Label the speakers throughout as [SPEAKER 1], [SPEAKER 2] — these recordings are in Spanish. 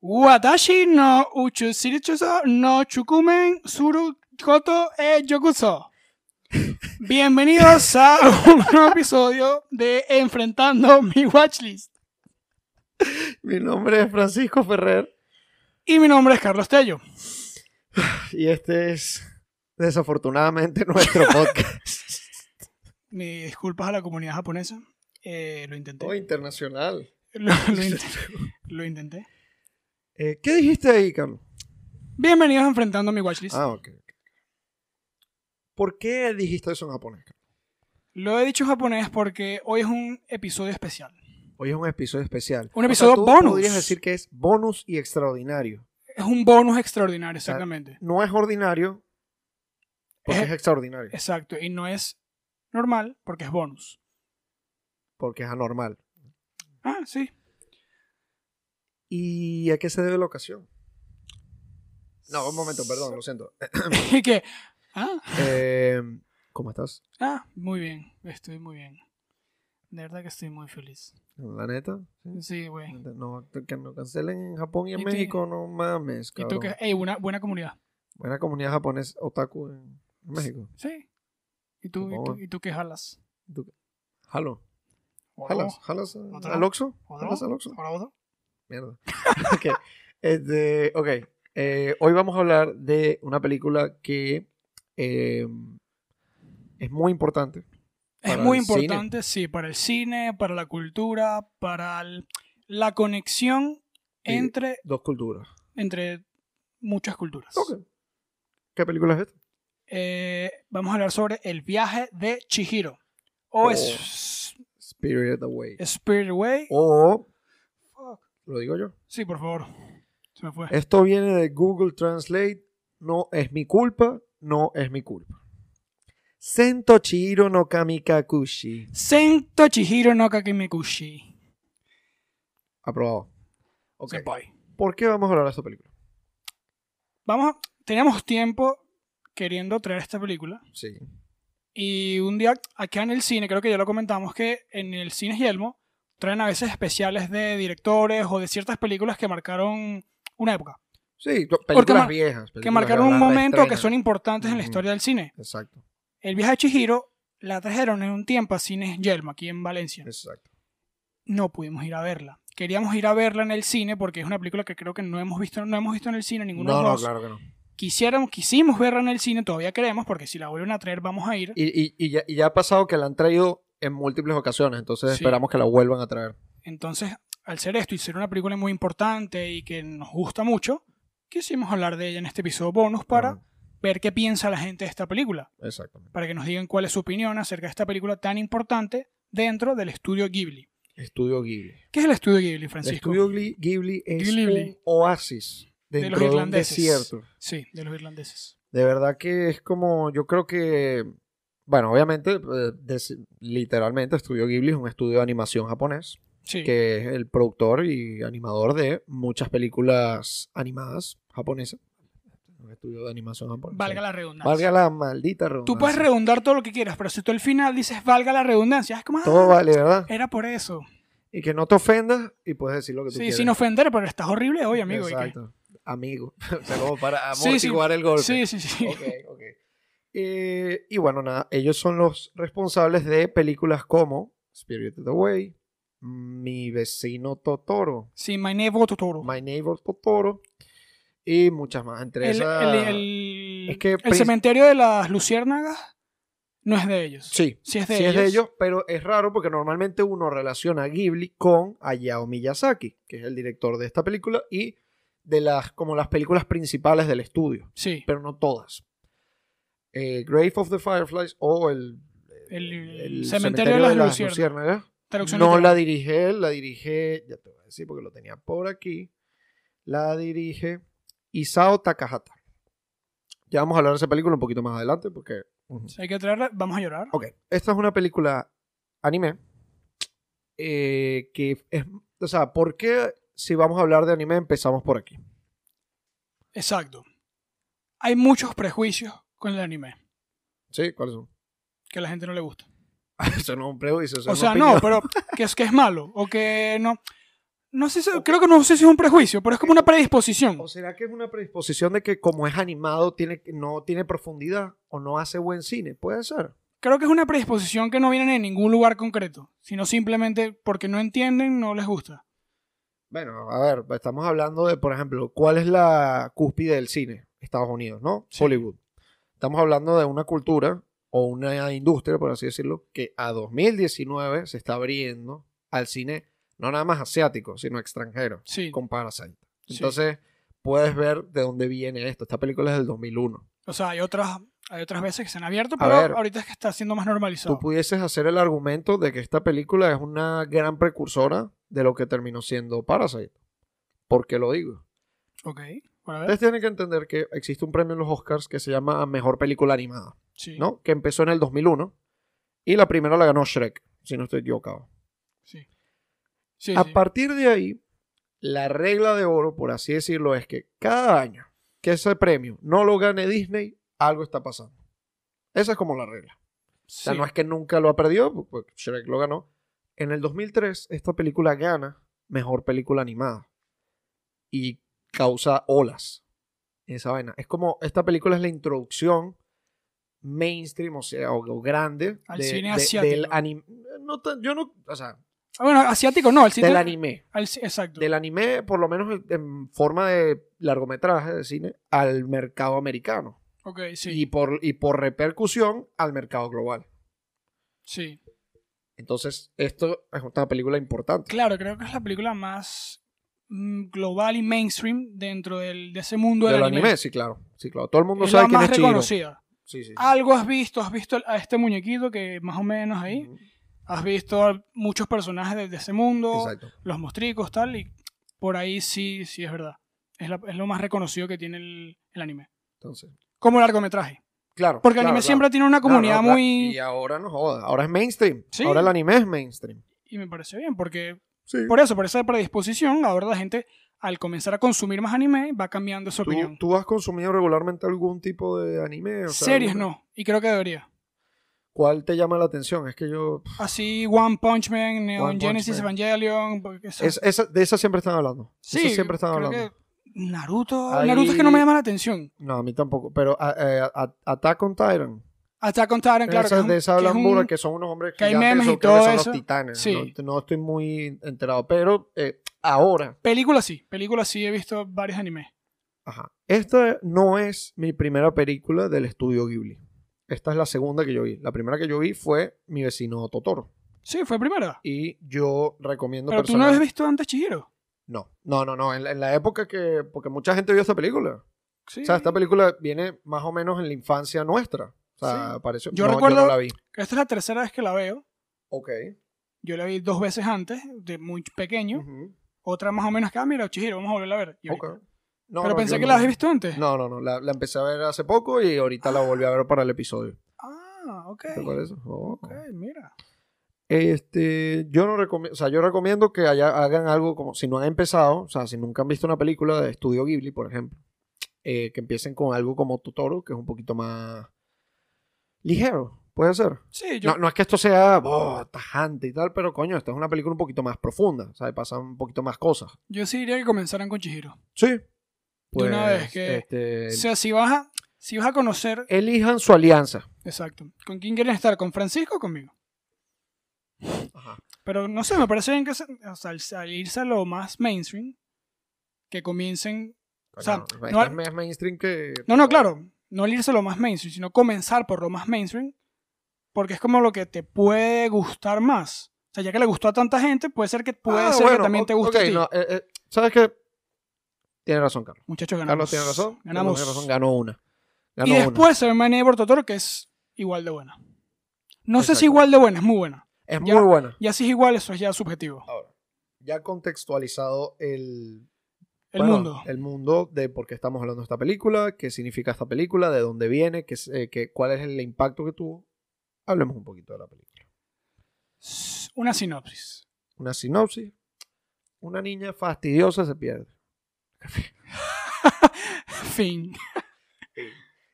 [SPEAKER 1] Watashi no Uchushirichuso no Chukumen Suru Koto e Yokuso. Bienvenidos a un nuevo episodio de Enfrentando mi Watchlist.
[SPEAKER 2] Mi nombre es Francisco Ferrer
[SPEAKER 1] Y mi nombre es Carlos Tello.
[SPEAKER 2] y este es desafortunadamente nuestro podcast
[SPEAKER 1] Mis disculpas a la comunidad japonesa. Eh, lo intenté.
[SPEAKER 2] Oh, internacional.
[SPEAKER 1] Lo, lo int- lo intenté.
[SPEAKER 2] Eh, ¿Qué dijiste ahí, Carlos?
[SPEAKER 1] Bienvenidos a Enfrentando mi Watchlist.
[SPEAKER 2] Ah, ok. ok. ¿Por qué dijiste eso en japonés? Carlos?
[SPEAKER 1] Lo he dicho en japonés porque hoy es un episodio especial.
[SPEAKER 2] Hoy es un episodio especial.
[SPEAKER 1] Un episodio
[SPEAKER 2] tú
[SPEAKER 1] bonus.
[SPEAKER 2] Podrías decir que es bonus y extraordinario.
[SPEAKER 1] Es un bonus extraordinario,
[SPEAKER 2] sea,
[SPEAKER 1] exactamente.
[SPEAKER 2] No es ordinario porque
[SPEAKER 1] Es-
[SPEAKER 2] es, extraordinario,
[SPEAKER 1] Exacto, y no es normal porque es bonus.
[SPEAKER 2] porque es anormal.
[SPEAKER 1] Ah, sí.
[SPEAKER 2] ¿Y a qué se debe la ocasión? No, un momento, perdón, lo siento.
[SPEAKER 1] Y que, ah,
[SPEAKER 2] Eh, ¿Cómo estás?
[SPEAKER 1] ah, muy bien, estoy muy bien. De verdad que estoy muy feliz.
[SPEAKER 2] ¿La neta?
[SPEAKER 1] Sí, güey.
[SPEAKER 2] No, que no cancelen en Japón y en
[SPEAKER 1] ¿Y tú?
[SPEAKER 2] México, no mames,
[SPEAKER 1] Y tú
[SPEAKER 2] cabrón.
[SPEAKER 1] que, ey, buena, buena comunidad.
[SPEAKER 2] Buena comunidad japonés otaku en en México.
[SPEAKER 1] Sí. Y tú, y tú,
[SPEAKER 2] Supongo.
[SPEAKER 1] y tú que jalas.
[SPEAKER 2] Jalo.
[SPEAKER 1] ¿Jodo?
[SPEAKER 2] ¿Jalas? ¿Jalas eh,
[SPEAKER 1] ¿Otro?
[SPEAKER 2] al Oxxo?
[SPEAKER 1] ¿Jodo?
[SPEAKER 2] ¿Jalas al Oxxo?
[SPEAKER 1] ¿Ahora otro?
[SPEAKER 2] Mierda. ok. Este, ok. Eh, hoy vamos a hablar de una película que eh, es muy importante.
[SPEAKER 1] Es
[SPEAKER 2] Para
[SPEAKER 1] muy
[SPEAKER 2] el cine.
[SPEAKER 1] importante, sí, para el cine, para la cultura, para el- la conexión
[SPEAKER 2] Sí.
[SPEAKER 1] entre,
[SPEAKER 2] Dos culturas.
[SPEAKER 1] entre muchas culturas.
[SPEAKER 2] Ok. ¿Qué película es esta?
[SPEAKER 1] Eh, vamos a hablar sobre el viaje de Chihiro. O
[SPEAKER 2] Oh.
[SPEAKER 1] es
[SPEAKER 2] Spirit Away.
[SPEAKER 1] Spirit Way.
[SPEAKER 2] O,
[SPEAKER 1] Fuck.
[SPEAKER 2] lo digo yo,
[SPEAKER 1] Sí, por favor. Se me fue.
[SPEAKER 2] Esto viene de Google Translate. No es mi culpa, no es mi culpa. Sento Chihiro no Kamikakushi.
[SPEAKER 1] Sento Chihiro no Kakimekushi.
[SPEAKER 2] Aprobado. Ok.
[SPEAKER 1] Senpai.
[SPEAKER 2] ¿Por qué vamos a hablar de esta película?
[SPEAKER 1] Vamos, a- teníamos tiempo queriendo traer esta película.
[SPEAKER 2] Sí.
[SPEAKER 1] Y un día, acá en el cine, creo que ya lo comentamos, que en el cine Yelmo traen a veces especiales de directores o de ciertas películas que marcaron una época.
[SPEAKER 2] Sí, to-
[SPEAKER 1] Porque
[SPEAKER 2] películas
[SPEAKER 1] mar-
[SPEAKER 2] viejas.
[SPEAKER 1] Que
[SPEAKER 2] películas
[SPEAKER 1] marcaron un
[SPEAKER 2] las
[SPEAKER 1] momento que
[SPEAKER 2] reestrenan.
[SPEAKER 1] son importantes en la
[SPEAKER 2] Ujú.
[SPEAKER 1] historia del cine.
[SPEAKER 2] Exacto,
[SPEAKER 1] El viaje de Chihiro la trajeron en un tiempo a Cines Yelmo, aquí en Valencia.
[SPEAKER 2] exacto.
[SPEAKER 1] No pudimos ir a verla. Queríamos ir a verla en el cine porque es una película que creo que no hemos visto, no hemos visto en el cine ninguno
[SPEAKER 2] No,
[SPEAKER 1] de
[SPEAKER 2] no,
[SPEAKER 1] los dos.
[SPEAKER 2] claro que no.
[SPEAKER 1] Quisiéramos, quisimos verla en el cine, todavía queremos, porque si la vuelven a traer vamos a ir.
[SPEAKER 2] Y, y- y ya, y ya ha pasado que la han traído en múltiples ocasiones, entonces
[SPEAKER 1] Sí.
[SPEAKER 2] esperamos que la vuelvan a traer.
[SPEAKER 1] Entonces, al ser esto y ser una película muy importante y que nos gusta mucho, quisimos hablar de ella en este episodio bonus para
[SPEAKER 2] Ah,
[SPEAKER 1] ver qué piensa la gente de esta película,
[SPEAKER 2] Exactamente.
[SPEAKER 1] para que nos digan cuál es su opinión acerca de esta película tan importante dentro del estudio Ghibli.
[SPEAKER 2] Estudio Ghibli.
[SPEAKER 1] ¿Qué es el estudio Ghibli,
[SPEAKER 2] El
[SPEAKER 1] Francisco?
[SPEAKER 2] estudio Ghibli, Ghibli es
[SPEAKER 1] Ghibli.
[SPEAKER 2] un oasis
[SPEAKER 1] De los
[SPEAKER 2] dentro de, un
[SPEAKER 1] irlandeses.
[SPEAKER 2] desierto.
[SPEAKER 1] Sí, de los irlandeses.
[SPEAKER 2] De verdad que es como, yo creo que, bueno, obviamente, eh, des- literalmente, Estudio Ghibli es un estudio de animación japonés,
[SPEAKER 1] Sí.
[SPEAKER 2] que es el productor y animador de muchas películas animadas japonesas. Un estudio de animación japonés.
[SPEAKER 1] Valga la redundancia.
[SPEAKER 2] Valga la maldita redundancia.
[SPEAKER 1] Tú puedes redundar todo lo que quieras, pero si tú al final dices valga la redundancia, es como, ah,
[SPEAKER 2] Todo vale, ¿verdad?
[SPEAKER 1] era por eso.
[SPEAKER 2] Y que no te ofendas y puedes decir lo que tú
[SPEAKER 1] Sí,
[SPEAKER 2] quieras.
[SPEAKER 1] sin ofender, pero estás horrible hoy, amigo. y que-
[SPEAKER 2] Exacto. Amigo. o sea, como para
[SPEAKER 1] Sí, sí.
[SPEAKER 2] amortiguar el golpe.
[SPEAKER 1] Sí, sí, sí.
[SPEAKER 2] Ok, ok. Eh, y bueno, nada, ellos son los responsables de películas como Spirited Away, Mi vecino Totoro,
[SPEAKER 1] Sí, My Neighbor Totoro.
[SPEAKER 2] My Neighbor Totoro y muchas más. Entre
[SPEAKER 1] el,
[SPEAKER 2] esas-
[SPEAKER 1] el- el-
[SPEAKER 2] es que
[SPEAKER 1] el
[SPEAKER 2] prin-
[SPEAKER 1] cementerio de las luciérnagas no es de ellos.
[SPEAKER 2] Sí,
[SPEAKER 1] Sí es de
[SPEAKER 2] sí
[SPEAKER 1] ellos.
[SPEAKER 2] es de ellos, pero es raro porque normalmente uno relaciona a Ghibli con Hayao Miyazaki, que es el director de esta película y de las como las películas principales del estudio,
[SPEAKER 1] Sí.
[SPEAKER 2] pero no todas. Eh, Grave of the Fireflies o el,
[SPEAKER 1] El-
[SPEAKER 2] el
[SPEAKER 1] el cementerio de las luciérnagas.
[SPEAKER 2] luciérnagas.
[SPEAKER 1] Traducción
[SPEAKER 2] No
[SPEAKER 1] literal.
[SPEAKER 2] la dirige él, la dirige, ya te voy a decir porque lo tenía por aquí, la dirige Isao Takahata. Ya vamos a hablar de esa película un poquito más adelante porque... ujú.
[SPEAKER 1] Hay que traerla. Vamos a llorar.
[SPEAKER 2] Ok, esta es una película anime eh, que es... O sea, ¿por qué si vamos a hablar de anime empezamos por aquí?
[SPEAKER 1] Exacto. Hay muchos prejuicios con el anime
[SPEAKER 2] ¿Sí? ¿Cuáles son?
[SPEAKER 1] que a la gente no le gusta.
[SPEAKER 2] eso no es un prejuicio. eso
[SPEAKER 1] O
[SPEAKER 2] es
[SPEAKER 1] sea,
[SPEAKER 2] una
[SPEAKER 1] no,
[SPEAKER 2] opinión.
[SPEAKER 1] pero que es que es malo o que no. No sé, si- creo que no sé si es un prejuicio, pero es como una predisposición.
[SPEAKER 2] ¿O será que es una predisposición de que como es animado tiene, no tiene profundidad o no hace buen cine? Puede ser.
[SPEAKER 1] Creo que es una predisposición que no viene de ningún lugar concreto, sino simplemente porque no entienden, no les gusta.
[SPEAKER 2] Bueno, a ver, estamos hablando de, por ejemplo, ¿cuál es la cúspide del cine? Estados Unidos, ¿no?
[SPEAKER 1] Sí.
[SPEAKER 2] Hollywood. Estamos hablando de una cultura o una industria, por así decirlo, que a 2019 se está abriendo al cine no nada más asiático, sino extranjero,
[SPEAKER 1] Sí.
[SPEAKER 2] con Parasite.
[SPEAKER 1] Sí.
[SPEAKER 2] Entonces, puedes ver de dónde viene esto. Esta película es del 2001.
[SPEAKER 1] O sea, hay otras, hay otras veces que se han abierto,
[SPEAKER 2] A
[SPEAKER 1] pero
[SPEAKER 2] ver.
[SPEAKER 1] ahorita es que está siendo más normalizado.
[SPEAKER 2] Tú pudieses hacer el argumento de que esta película es una gran precursora de lo que terminó siendo Parasite. ¿Por qué lo digo?
[SPEAKER 1] Ok. Bueno, a ver.
[SPEAKER 2] Ustedes tienen que entender que existe un premio en los Oscars que se llama a Mejor Película Animada,
[SPEAKER 1] Sí.
[SPEAKER 2] ¿no? Que empezó en el 2001 y la primera la ganó Shrek, si no estoy equivocado.
[SPEAKER 1] Sí. Sí,
[SPEAKER 2] A
[SPEAKER 1] sí.
[SPEAKER 2] partir de ahí, la regla de oro, por así decirlo, es que cada año que ese premio no lo gane Disney, algo está pasando. Esa es como la regla. O sea,
[SPEAKER 1] Sí.
[SPEAKER 2] no es que nunca lo ha perdido, pu- pues Shrek lo ganó. En el 2003, esta película gana mejor película animada y causa olas. Esa vaina. Es como esta película es la introducción mainstream, o sea, o, o grande
[SPEAKER 1] Al cine asiático.
[SPEAKER 2] del anime. No tan- yo no, o sea,
[SPEAKER 1] Ah, bueno, asiático no, el cine.
[SPEAKER 2] del anime.
[SPEAKER 1] al ci- exacto.
[SPEAKER 2] Del anime, por lo menos en- en forma de largometraje de cine, al mercado americano.
[SPEAKER 1] Ok, sí.
[SPEAKER 2] Y, por, y por repercusión al mercado global.
[SPEAKER 1] Sí.
[SPEAKER 2] Entonces, esto es una película importante.
[SPEAKER 1] Claro, creo que es la película más mm, global y mainstream dentro del, de ese mundo del,
[SPEAKER 2] Del anime. sí, claro. Sí, claro. Todo el mundo
[SPEAKER 1] es
[SPEAKER 2] sabe
[SPEAKER 1] la
[SPEAKER 2] quién
[SPEAKER 1] más Ah,
[SPEAKER 2] es Chihiro. Sí,
[SPEAKER 1] reconocida.
[SPEAKER 2] sí, sí.
[SPEAKER 1] Algo has visto, has visto a este muñequito que más o menos ahí.
[SPEAKER 2] Ujú,
[SPEAKER 1] Has visto a muchos personajes de, de ese mundo,
[SPEAKER 2] Exacto.
[SPEAKER 1] los mostricos, tal, y por ahí sí, sí es verdad. Es, la- es lo más reconocido que tiene el, el anime.
[SPEAKER 2] Entonces,
[SPEAKER 1] Como largometraje.
[SPEAKER 2] claro.
[SPEAKER 1] Porque el
[SPEAKER 2] claro,
[SPEAKER 1] anime
[SPEAKER 2] claro.
[SPEAKER 1] siempre tiene una
[SPEAKER 2] No, no,
[SPEAKER 1] comunidad
[SPEAKER 2] claro.
[SPEAKER 1] muy...
[SPEAKER 2] Y ahora no joda. Ahora es mainstream.
[SPEAKER 1] Sí.
[SPEAKER 2] Ahora el anime es mainstream.
[SPEAKER 1] Y me parece bien, porque
[SPEAKER 2] Sí.
[SPEAKER 1] Por eso, por esa predisposición, ahora la gente al comenzar a consumir más anime va cambiando su
[SPEAKER 2] ¿Tú,
[SPEAKER 1] opinión.
[SPEAKER 2] tú has consumido regularmente algún tipo de anime? O sea,
[SPEAKER 1] Series
[SPEAKER 2] alguna-
[SPEAKER 1] no, y creo que debería.
[SPEAKER 2] ¿Cuál te llama la atención? Es que yo...
[SPEAKER 1] Así One Punch Man, Neon
[SPEAKER 2] One Punch
[SPEAKER 1] Genesis
[SPEAKER 2] Man.
[SPEAKER 1] Evangelion, pues, porque esa-
[SPEAKER 2] Es- esa- de esa siempre están hablando. Sí. siempre están
[SPEAKER 1] creo
[SPEAKER 2] hablando.
[SPEAKER 1] que Naruto,
[SPEAKER 2] Ahí-
[SPEAKER 1] Naruto es que no me llama la atención.
[SPEAKER 2] No, a mí tampoco. Pero a- eh, a- a- Attack on Titan.
[SPEAKER 1] Attack on Titan, Ah, claro,
[SPEAKER 2] Esas
[SPEAKER 1] que es un-
[SPEAKER 2] de esa
[SPEAKER 1] que es un-
[SPEAKER 2] blambura que son unos hombres
[SPEAKER 1] que hay
[SPEAKER 2] gigantes,
[SPEAKER 1] memes
[SPEAKER 2] son-
[SPEAKER 1] y
[SPEAKER 2] creo que
[SPEAKER 1] todo
[SPEAKER 2] son
[SPEAKER 1] eso.
[SPEAKER 2] los titanes.
[SPEAKER 1] Sí.
[SPEAKER 2] No, no estoy muy enterado, pero eh, ahora,
[SPEAKER 1] película sí, película sí he visto varios animes.
[SPEAKER 2] ajá, esta no es mi primera película del estudio Ghibli. Esta es la segunda que yo vi. La primera que yo vi fue Mi vecino Totoro.
[SPEAKER 1] Sí, fue primera.
[SPEAKER 2] Y yo recomiendo
[SPEAKER 1] Pero tú no
[SPEAKER 2] personalmente-
[SPEAKER 1] has visto antes Chihiro.
[SPEAKER 2] No, no, no, no, En la, en la época que. Porque mucha gente vio esta película.
[SPEAKER 1] Sí.
[SPEAKER 2] O sea, esta película viene más o menos en la infancia nuestra. O sea,
[SPEAKER 1] Sí.
[SPEAKER 2] pareció.
[SPEAKER 1] Yo
[SPEAKER 2] no,
[SPEAKER 1] recuerdo-
[SPEAKER 2] no la vi.
[SPEAKER 1] Esta es la tercera vez que la veo.
[SPEAKER 2] Ok.
[SPEAKER 1] Yo la vi dos veces antes, de muy pequeño.
[SPEAKER 2] Ujú.
[SPEAKER 1] Otra más o menos acá, mira, Chihiro, vamos a volverla a ver. Y
[SPEAKER 2] Ok.
[SPEAKER 1] ahorita-
[SPEAKER 2] No,
[SPEAKER 1] Pero
[SPEAKER 2] no,
[SPEAKER 1] pensé
[SPEAKER 2] yo
[SPEAKER 1] que
[SPEAKER 2] no.
[SPEAKER 1] la habías visto antes.
[SPEAKER 2] No, no, no. La, la empecé a ver hace poco y ahorita la volví a ver para el episodio.
[SPEAKER 1] Ah, ok.
[SPEAKER 2] ¿Te parece? Oh.
[SPEAKER 1] Ok, mira.
[SPEAKER 2] Este, yo no recomiendo, o sea, yo recomiendo que haya- hagan algo como si no han empezado, o sea, si nunca han visto una película de estudio Ghibli, por ejemplo, eh, que empiecen con algo como Totoro, que es un poquito más ligero, puede ser.
[SPEAKER 1] Sí, yo.
[SPEAKER 2] No, no es que esto sea oh, tajante y tal, pero coño, esta es una película un poquito más profunda, o sea, pasan un poquito más cosas.
[SPEAKER 1] Yo sí diría que comenzaran con Chihiro.
[SPEAKER 2] Sí.
[SPEAKER 1] De
[SPEAKER 2] Pues,
[SPEAKER 1] una vez que-
[SPEAKER 2] este,
[SPEAKER 1] O sea, si vas a, si vas a conocer.
[SPEAKER 2] elijan su alianza.
[SPEAKER 1] Exacto. ¿Con quién quieren estar? ¿Con Francisco o conmigo? Pero no sé, me parece bien que se- o sea, al salirse a lo más mainstream, que comiencen. O sea,
[SPEAKER 2] Coño,
[SPEAKER 1] no-
[SPEAKER 2] esta es más mainstream que.
[SPEAKER 1] No, no, claro. No al irse a lo más mainstream, sino comenzar por lo más mainstream. Porque es como lo que te puede gustar más. O sea, ya que le gustó a tanta gente, puede ser que puede
[SPEAKER 2] Ah,
[SPEAKER 1] ser que
[SPEAKER 2] bueno,
[SPEAKER 1] también te
[SPEAKER 2] ok,
[SPEAKER 1] guste. a ti.
[SPEAKER 2] no, eh, eh, ¿Sabes qué? Tiene razón, Carlos.
[SPEAKER 1] Muchachos, ganamos.
[SPEAKER 2] Carlos tiene razón.
[SPEAKER 1] Ganamos.
[SPEAKER 2] Tiene razón, ganó una. Ganó
[SPEAKER 1] y
[SPEAKER 2] una.
[SPEAKER 1] después se ve Manía por Totoro, que es igual de buena. No sé si
[SPEAKER 2] Exacto.
[SPEAKER 1] igual de buena, es muy buena.
[SPEAKER 2] Es
[SPEAKER 1] ya-
[SPEAKER 2] muy buena.
[SPEAKER 1] Ya si es igual, eso es ya subjetivo.
[SPEAKER 2] Ahora, ya contextualizado el,
[SPEAKER 1] El
[SPEAKER 2] bueno,
[SPEAKER 1] mundo.
[SPEAKER 2] El mundo de por qué estamos hablando de esta película, qué significa esta película, de dónde viene, qué, es- eh, qué- cuál es el impacto que tuvo. Hablemos un poquito de la película.
[SPEAKER 1] S- Una sinopsis.
[SPEAKER 2] Una sinopsis. Una niña fastidiosa se pierde.
[SPEAKER 1] Fin.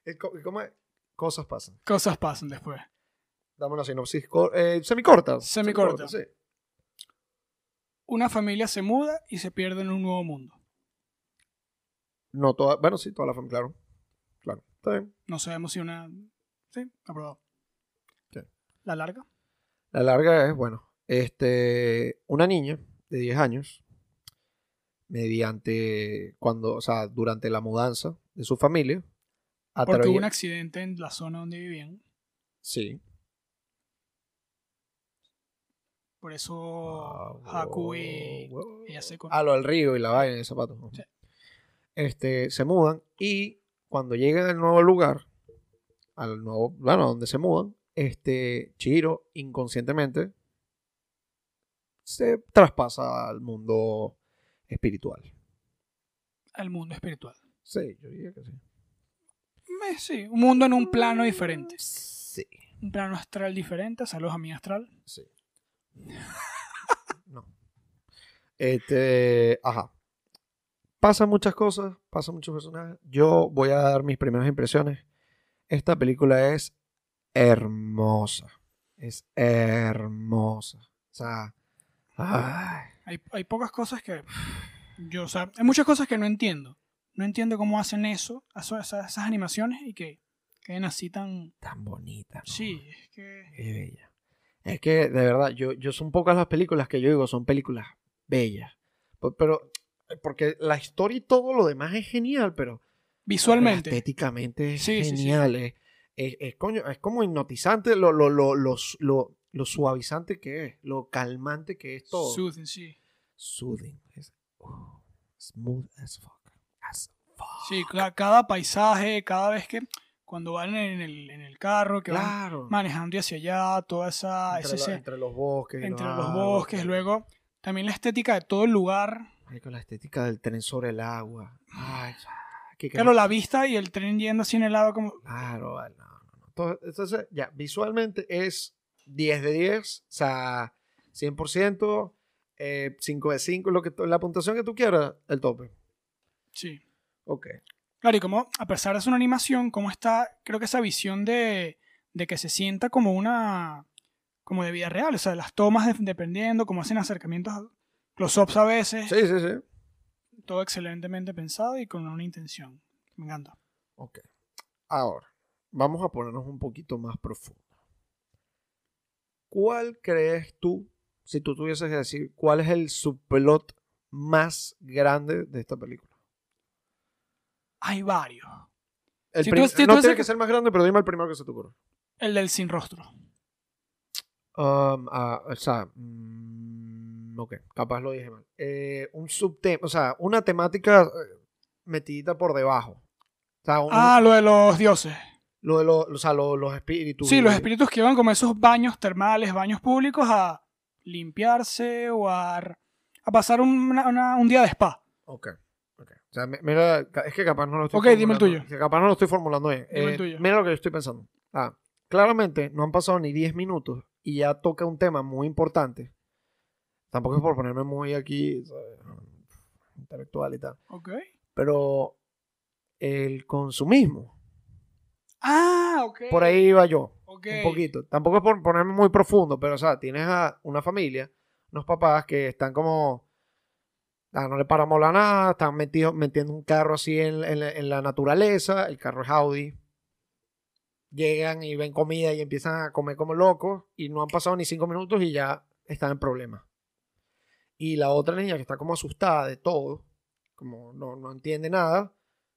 [SPEAKER 2] Eh, co- ¿Cómo es? Cosas pasan.
[SPEAKER 1] Cosas pasan después.
[SPEAKER 2] Dame una sinopsis cor- eh, semicorta.
[SPEAKER 1] Semicorta.
[SPEAKER 2] Sí.
[SPEAKER 1] una familia se muda y se pierde en un nuevo mundo.
[SPEAKER 2] No toda, bueno, sí, toda la familia, claro. Claro, está bien.
[SPEAKER 1] No sabemos si una... Sí, aprobado.
[SPEAKER 2] Sí.
[SPEAKER 1] La larga.
[SPEAKER 2] La larga es, bueno, este, una niña de 10 años, mediante, cuando, o sea, durante la mudanza de su familia,
[SPEAKER 1] Porque hubo
[SPEAKER 2] atraviesa...
[SPEAKER 1] un accidente en la zona donde vivían.
[SPEAKER 2] Sí.
[SPEAKER 1] Por eso
[SPEAKER 2] Ah,
[SPEAKER 1] Haku
[SPEAKER 2] wow,
[SPEAKER 1] y
[SPEAKER 2] wow.
[SPEAKER 1] ella se con-
[SPEAKER 2] A lo del río y la vaina y el zapato.
[SPEAKER 1] Sí.
[SPEAKER 2] Este, se mudan y cuando llegan al nuevo lugar, al nuevo, bueno, donde se mudan, este, Chihiro inconscientemente se traspasa al mundo espiritual.
[SPEAKER 1] al mundo espiritual.
[SPEAKER 2] Sí, yo diría que sí.
[SPEAKER 1] Eh, sí, un mundo en un plano diferente.
[SPEAKER 2] Sí,
[SPEAKER 1] Un plano astral diferente. Saludos a mi astral.
[SPEAKER 2] sí. no. Este, ajá. Pasan muchas cosas, pasan muchos personajes. Yo voy a dar mis primeras impresiones. Esta película es hermosa. Es hermosa. O sea, ay,
[SPEAKER 1] Hay, hay pocas cosas que. Yo, o sea, hay muchas cosas que no entiendo. No entiendo cómo hacen eso, eso- esa- esas, animaciones y que queden así tan.
[SPEAKER 2] tan bonita. ¿no?
[SPEAKER 1] Sí, es que.
[SPEAKER 2] Qué bella. Es que, de verdad, yo, yo son pocas las películas que yo digo, son películas bellas. P- Pero, porque la historia y todo lo demás es genial, pero
[SPEAKER 1] Visualmente.
[SPEAKER 2] estéticamente es
[SPEAKER 1] Sí, sí, sí.
[SPEAKER 2] genial. Es, es- es coño, es como hipnotizante lo, lo, lo, los- lo- lo suavizante que es, lo calmante que es todo.
[SPEAKER 1] Soothing, sí.
[SPEAKER 2] Soothing. Es- uh, smooth as fuck. As fuck.
[SPEAKER 1] Sí, ca- cada paisaje, cada vez que. Cuando van en el, en el carro, que van
[SPEAKER 2] Claro.
[SPEAKER 1] manejando y hacia allá, toda esa.
[SPEAKER 2] entre,
[SPEAKER 1] Ah, ese-
[SPEAKER 2] lo-
[SPEAKER 1] ese-
[SPEAKER 2] entre los bosques. y
[SPEAKER 1] entre los
[SPEAKER 2] árboles.
[SPEAKER 1] bosques, luego. También la estética de todo el lugar.
[SPEAKER 2] Ay, con la estética del tren sobre el agua. Ay, qué
[SPEAKER 1] Claro, la vista y el tren yendo así en el lado, como.
[SPEAKER 2] Claro, vale, no, no, no. Todo- Entonces, ya, visualmente es 10 de 10, o sea, 100%, eh, 5 de 5, lo que, tú- la puntuación que tú quieras, el tope.
[SPEAKER 1] Sí.
[SPEAKER 2] Ok.
[SPEAKER 1] Claro, y como, a pesar de ser una animación, como está, creo que esa visión de, de que se sienta como una, como de vida real, o sea, las tomas de- dependiendo, como hacen acercamientos, a- close-ups a veces,
[SPEAKER 2] Sí, sí, sí.
[SPEAKER 1] todo excelentemente pensado y con una intención. Me encanta.
[SPEAKER 2] Ok. Ahora, vamos a ponernos un poquito más profundo. ¿Cuál crees tú, si tú tuvieses que decir, cuál es el subplot más grande de esta película?
[SPEAKER 1] Hay varios.
[SPEAKER 2] El
[SPEAKER 1] Si
[SPEAKER 2] prim-
[SPEAKER 1] tú- si tú
[SPEAKER 2] no tiene
[SPEAKER 1] dices
[SPEAKER 2] que
[SPEAKER 1] que-
[SPEAKER 2] ser más grande, pero dime el primero que se te ocurra.
[SPEAKER 1] El del sin rostro.
[SPEAKER 2] Um, ah, o sea, mm, ok, capaz lo dije mal. Eh, un subtema, o sea, una temática eh, metidita por debajo. O sea, un-
[SPEAKER 1] Ah, lo de los dioses.
[SPEAKER 2] lo de lo- o sea, lo- los espíritus.
[SPEAKER 1] Sí, los
[SPEAKER 2] y-
[SPEAKER 1] espíritus que iban como a esos baños termales, baños públicos a limpiarse o a, a pasar un- una- una- un día de spa.
[SPEAKER 2] Ok, ok. O sea, mi- mira, ca- es que capaz no lo estoy
[SPEAKER 1] Ok, dime el
[SPEAKER 2] formulando-
[SPEAKER 1] tuyo.
[SPEAKER 2] que capaz no lo estoy formulando bien.
[SPEAKER 1] Dime el
[SPEAKER 2] Eh,
[SPEAKER 1] tuyo.
[SPEAKER 2] Mira lo que yo estoy pensando. Ah, claramente no han pasado ni 10 minutos y ya toca un tema muy importante. Tampoco es por ponerme muy aquí, ¿sabes? intelectual y tal.
[SPEAKER 1] Ok.
[SPEAKER 2] pero el consumismo.
[SPEAKER 1] Ah, ok.
[SPEAKER 2] Por ahí iba yo,
[SPEAKER 1] Ok.
[SPEAKER 2] un poquito. Tampoco es por ponerme muy profundo, pero, o sea, tienes a una familia, unos papás que están como. ah, no le paramos la nada, están metidos, metiendo un carro así en, en la- en la naturaleza, el carro es Audi. Llegan y ven comida y empiezan a comer como locos, y no han pasado ni cinco minutos y ya están en problemas. Y la otra niña que está como asustada de todo, como no, no entiende nada,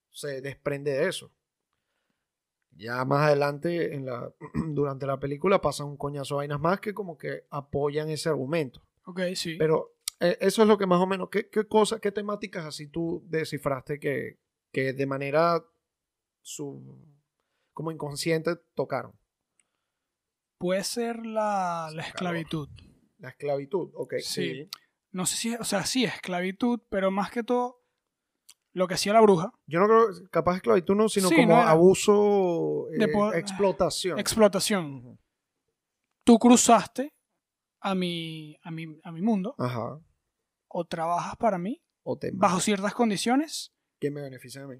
[SPEAKER 2] se desprende de eso. Ya más adelante, en la, durante la película, pasan un coñazo de vainas más que como que apoyan ese argumento.
[SPEAKER 1] Ok, sí.
[SPEAKER 2] Pero eh, eso es lo que más o menos, ¿qué, qué cosas, qué temáticas así tú descifraste que, que de manera sub- como inconsciente tocaron?
[SPEAKER 1] Puede ser la, la
[SPEAKER 2] Sacador.
[SPEAKER 1] esclavitud.
[SPEAKER 2] La esclavitud, ok.
[SPEAKER 1] Sí. No sé si, o sea, sí, esclavitud, pero más que todo, lo que hacía la bruja,
[SPEAKER 2] Yo no creo, capaz esclavitud no, sino
[SPEAKER 1] Sí,
[SPEAKER 2] como
[SPEAKER 1] no era-
[SPEAKER 2] abuso,
[SPEAKER 1] De ah,
[SPEAKER 2] eh,
[SPEAKER 1] po-
[SPEAKER 2] explotación.
[SPEAKER 1] explotación.
[SPEAKER 2] Ujú.
[SPEAKER 1] Tú cruzaste a mi, a mi, a mi mundo,
[SPEAKER 2] Ajá.
[SPEAKER 1] o trabajas para mí,
[SPEAKER 2] O tema.
[SPEAKER 1] bajo ciertas condiciones,
[SPEAKER 2] ¿Quién me beneficia a mí?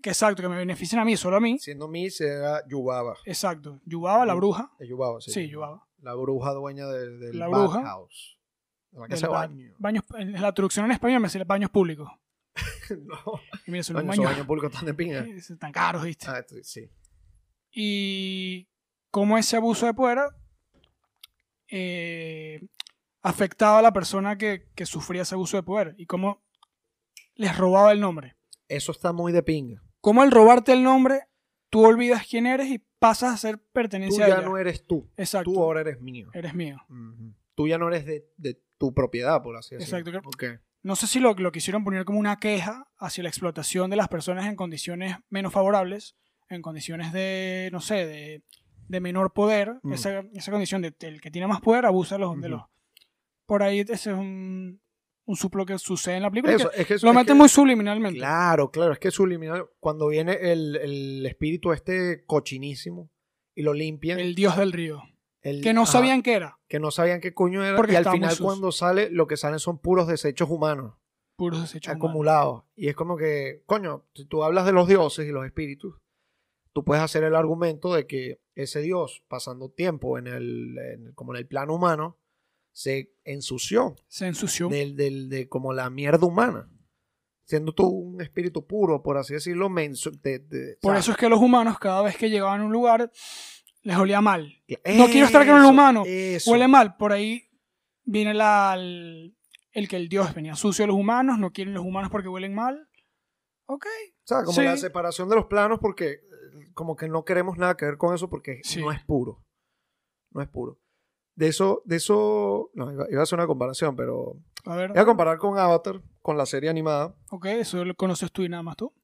[SPEAKER 1] que exacto, que me beneficien a mí, solo a mí.
[SPEAKER 2] Siendo mí, será Yubaba.
[SPEAKER 1] Exacto. Yubaba, la
[SPEAKER 2] Ujú.
[SPEAKER 1] bruja.
[SPEAKER 2] Eh, Yubaba, sí.
[SPEAKER 1] Sí, Yubaba.
[SPEAKER 2] La bruja dueña de- del
[SPEAKER 1] La
[SPEAKER 2] Bad
[SPEAKER 1] bruja.
[SPEAKER 2] House. La
[SPEAKER 1] Del
[SPEAKER 2] casa de
[SPEAKER 1] baño.
[SPEAKER 2] baño.
[SPEAKER 1] Baños, en la traducción en español me sale baños públicos.
[SPEAKER 2] no.
[SPEAKER 1] Y mira, son
[SPEAKER 2] Baño,
[SPEAKER 1] los baños
[SPEAKER 2] esos baños públicos están de pinga.
[SPEAKER 1] eh, tan caros, ¿viste?
[SPEAKER 2] Ah, t- sí.
[SPEAKER 1] y cómo ese abuso de poder eh, afectaba a la persona que, que sufría ese abuso de poder y cómo les robaba el nombre.
[SPEAKER 2] Eso está muy de pinga.
[SPEAKER 1] Cómo al robarte el nombre, tú olvidas quién eres y pasas a ser
[SPEAKER 2] Tú
[SPEAKER 1] pertenencia a
[SPEAKER 2] ya
[SPEAKER 1] ella.
[SPEAKER 2] no eres tú.
[SPEAKER 1] Exacto.
[SPEAKER 2] Tú ahora eres mío.
[SPEAKER 1] Eres mío.
[SPEAKER 2] Ujú. Tú ya no eres de, de tu propiedad, por así decirlo.
[SPEAKER 1] Exacto, claro.
[SPEAKER 2] Ok.
[SPEAKER 1] No sé si lo, lo quisieron poner como una queja hacia la explotación de las personas en condiciones menos favorables, en condiciones de, no sé, de, de menor poder.
[SPEAKER 2] Mm.
[SPEAKER 1] Esa, esa condición de el que tiene más poder abusa de los, de
[SPEAKER 2] Ujú.
[SPEAKER 1] los. Por ahí ese es un, un suplo que sucede en la película.
[SPEAKER 2] Eso,
[SPEAKER 1] que
[SPEAKER 2] es que eso-
[SPEAKER 1] lo
[SPEAKER 2] es
[SPEAKER 1] mete
[SPEAKER 2] que-
[SPEAKER 1] muy subliminalmente.
[SPEAKER 2] Claro, claro, es que subliminal, cuando viene el, el espíritu este cochinísimo y lo limpian,
[SPEAKER 1] El dios del río.
[SPEAKER 2] el-
[SPEAKER 1] Que no
[SPEAKER 2] ajá,
[SPEAKER 1] sabían qué era.
[SPEAKER 2] que no sabían qué coño era,
[SPEAKER 1] Porque
[SPEAKER 2] y al
[SPEAKER 1] estaba muy
[SPEAKER 2] final
[SPEAKER 1] sucio.
[SPEAKER 2] cuando sale, lo que salen son puros desechos humanos,
[SPEAKER 1] Puros desechos. humanos.
[SPEAKER 2] acumulados. Y es como que, coño, si tú hablas de los dioses y los espíritus, tú puedes hacer el argumento de que ese dios, pasando tiempo en el, en- como en el plano humano, se ensució
[SPEAKER 1] Se ensució.
[SPEAKER 2] del, del- de como la mierda humana. Siendo tú un espíritu puro, por así decirlo, menso, de- de-
[SPEAKER 1] Por
[SPEAKER 2] ¿sabes?
[SPEAKER 1] eso es que los humanos, cada vez que llegaban a un lugar, les olía mal. No quiero estar con el humano.
[SPEAKER 2] eso.
[SPEAKER 1] Huele mal, por ahí viene la, el, el que el dios venía sucio a los humanos, no quieren los humanos porque huelen mal. Ok.
[SPEAKER 2] O sea, como
[SPEAKER 1] Sí.
[SPEAKER 2] la separación de los planos, porque eh, como que no queremos nada que ver con eso, porque
[SPEAKER 1] Sí.
[SPEAKER 2] no es puro. No es puro. De eso, de eso. No, iba, iba a hacer una comparación, pero.
[SPEAKER 1] A ver,
[SPEAKER 2] Voy a comparar con Avatar, con la serie animada.
[SPEAKER 1] ok, eso lo conoces tú y nada más tú.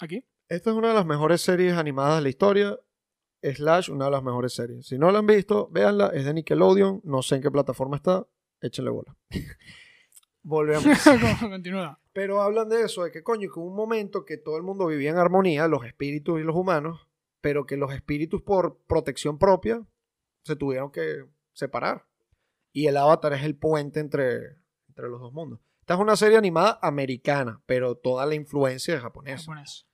[SPEAKER 1] Aquí.
[SPEAKER 2] Esta es una de las mejores series animadas de la historia. Slash, una de las mejores series. Si no la han visto, véanla. Es de Nickelodeon. No sé en qué plataforma está. Échenle bola. Volvemos.
[SPEAKER 1] Continúa.
[SPEAKER 2] Pero hablan de eso, de que coño, que hubo un momento que todo el mundo vivía en armonía, los espíritus y los humanos, pero que los espíritus por protección propia se tuvieron que separar. Y el avatar es el puente entre, entre los dos mundos. Esta es una serie animada americana, pero toda la influencia es japonesa.
[SPEAKER 1] Japonés.